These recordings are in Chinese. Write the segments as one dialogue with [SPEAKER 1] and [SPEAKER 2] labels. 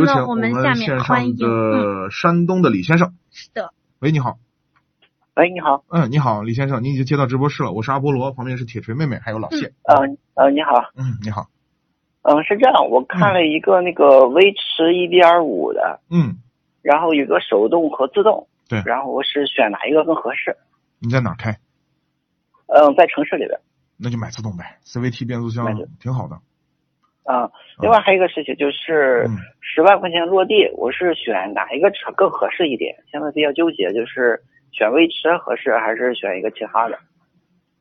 [SPEAKER 1] 有
[SPEAKER 2] 那
[SPEAKER 1] 请
[SPEAKER 2] 我们
[SPEAKER 1] 们
[SPEAKER 2] 下面
[SPEAKER 1] 线
[SPEAKER 2] 欢
[SPEAKER 1] 上
[SPEAKER 2] 迎
[SPEAKER 1] 的山东的李先生。
[SPEAKER 2] 是的，
[SPEAKER 1] 喂，你好。
[SPEAKER 3] 喂，你好，
[SPEAKER 1] 嗯，你好，李先生，您已经接到直播室了。我是阿波罗，旁边是铁锤妹妹，还有老谢。
[SPEAKER 3] 呃呃，你好，
[SPEAKER 1] 嗯，你好。
[SPEAKER 3] 嗯、是这样，我看了一个那个威驰一点五的，
[SPEAKER 1] 嗯，
[SPEAKER 3] 然后有个手动和自动，
[SPEAKER 1] 对
[SPEAKER 3] 然后我是选哪一个更合适？
[SPEAKER 1] 你在哪儿开？
[SPEAKER 3] 嗯、在城市里边，
[SPEAKER 1] 那就买自动呗，CVT 变速箱
[SPEAKER 3] 买自
[SPEAKER 1] 挺好的。
[SPEAKER 3] 啊、另外还有一个事情就是
[SPEAKER 1] 嗯
[SPEAKER 3] 十万块钱落地，我是选哪一个车更合适一点？现在比较纠结，就是选威驰合适还是选一个其他的？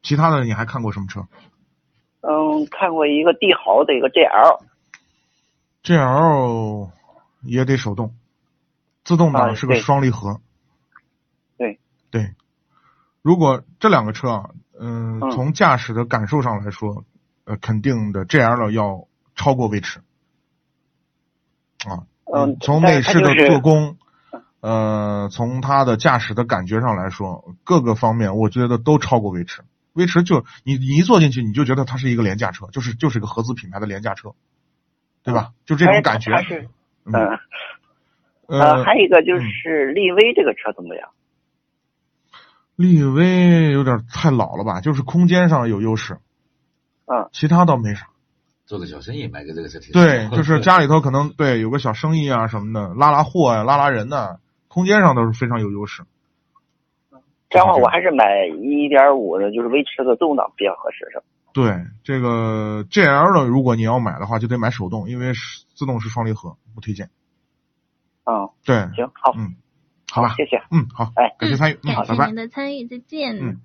[SPEAKER 1] 其他的你还看过什么车
[SPEAKER 3] 嗯，看过一个帝豪的一个 GL，
[SPEAKER 1] ？GL 也得手动，自动
[SPEAKER 3] 啊
[SPEAKER 1] 挡是个
[SPEAKER 3] 对
[SPEAKER 1] 双离合。
[SPEAKER 3] 对
[SPEAKER 1] 对，如果这两个车啊，嗯，
[SPEAKER 3] 嗯
[SPEAKER 1] 从驾驶的感受上来说，呃，肯定的 GL 要超过威驰。啊，
[SPEAKER 3] 嗯
[SPEAKER 1] 从
[SPEAKER 3] 但
[SPEAKER 1] 内
[SPEAKER 3] 它
[SPEAKER 1] 饰的
[SPEAKER 3] 就是
[SPEAKER 1] 做工，呃，从它的驾驶的感觉上来说，各个方面我觉得都超过威驰。威驰就你你一坐进去，你就觉得它是一个廉价车，就是就是个合资品牌的廉价车，对吧？就这种感觉
[SPEAKER 3] 还。哎是
[SPEAKER 1] 嗯
[SPEAKER 3] 嗯，呃，
[SPEAKER 1] 呃，
[SPEAKER 3] 还有一个就是力威这个车怎么样？
[SPEAKER 1] 力威有点太老了吧，就是空间上有优势，
[SPEAKER 3] 嗯，
[SPEAKER 1] 其他倒没啥。
[SPEAKER 4] 做个小生意，买个这个车挺
[SPEAKER 1] 对，
[SPEAKER 4] 好
[SPEAKER 1] 就是家里头可能对有个小生意啊什么的，拉拉货呀、拉拉人呐、空间上都是非常有优势。
[SPEAKER 3] 这样的话，我还是买一点五的，就是威驰的动挡比较合适，是吧？
[SPEAKER 1] 对，这个 GL 的，如果你要买的话，就得买手动，因为是自动是双离合，不推荐。
[SPEAKER 3] 嗯，
[SPEAKER 1] 对，
[SPEAKER 3] 行，好，
[SPEAKER 1] 嗯，好吧，
[SPEAKER 3] 谢谢。
[SPEAKER 1] 嗯，好，
[SPEAKER 3] 哎
[SPEAKER 1] 感谢参与，嗯，
[SPEAKER 2] 感
[SPEAKER 1] 拜
[SPEAKER 2] 谢
[SPEAKER 1] 拜
[SPEAKER 2] 您。的参与，再见。
[SPEAKER 1] 嗯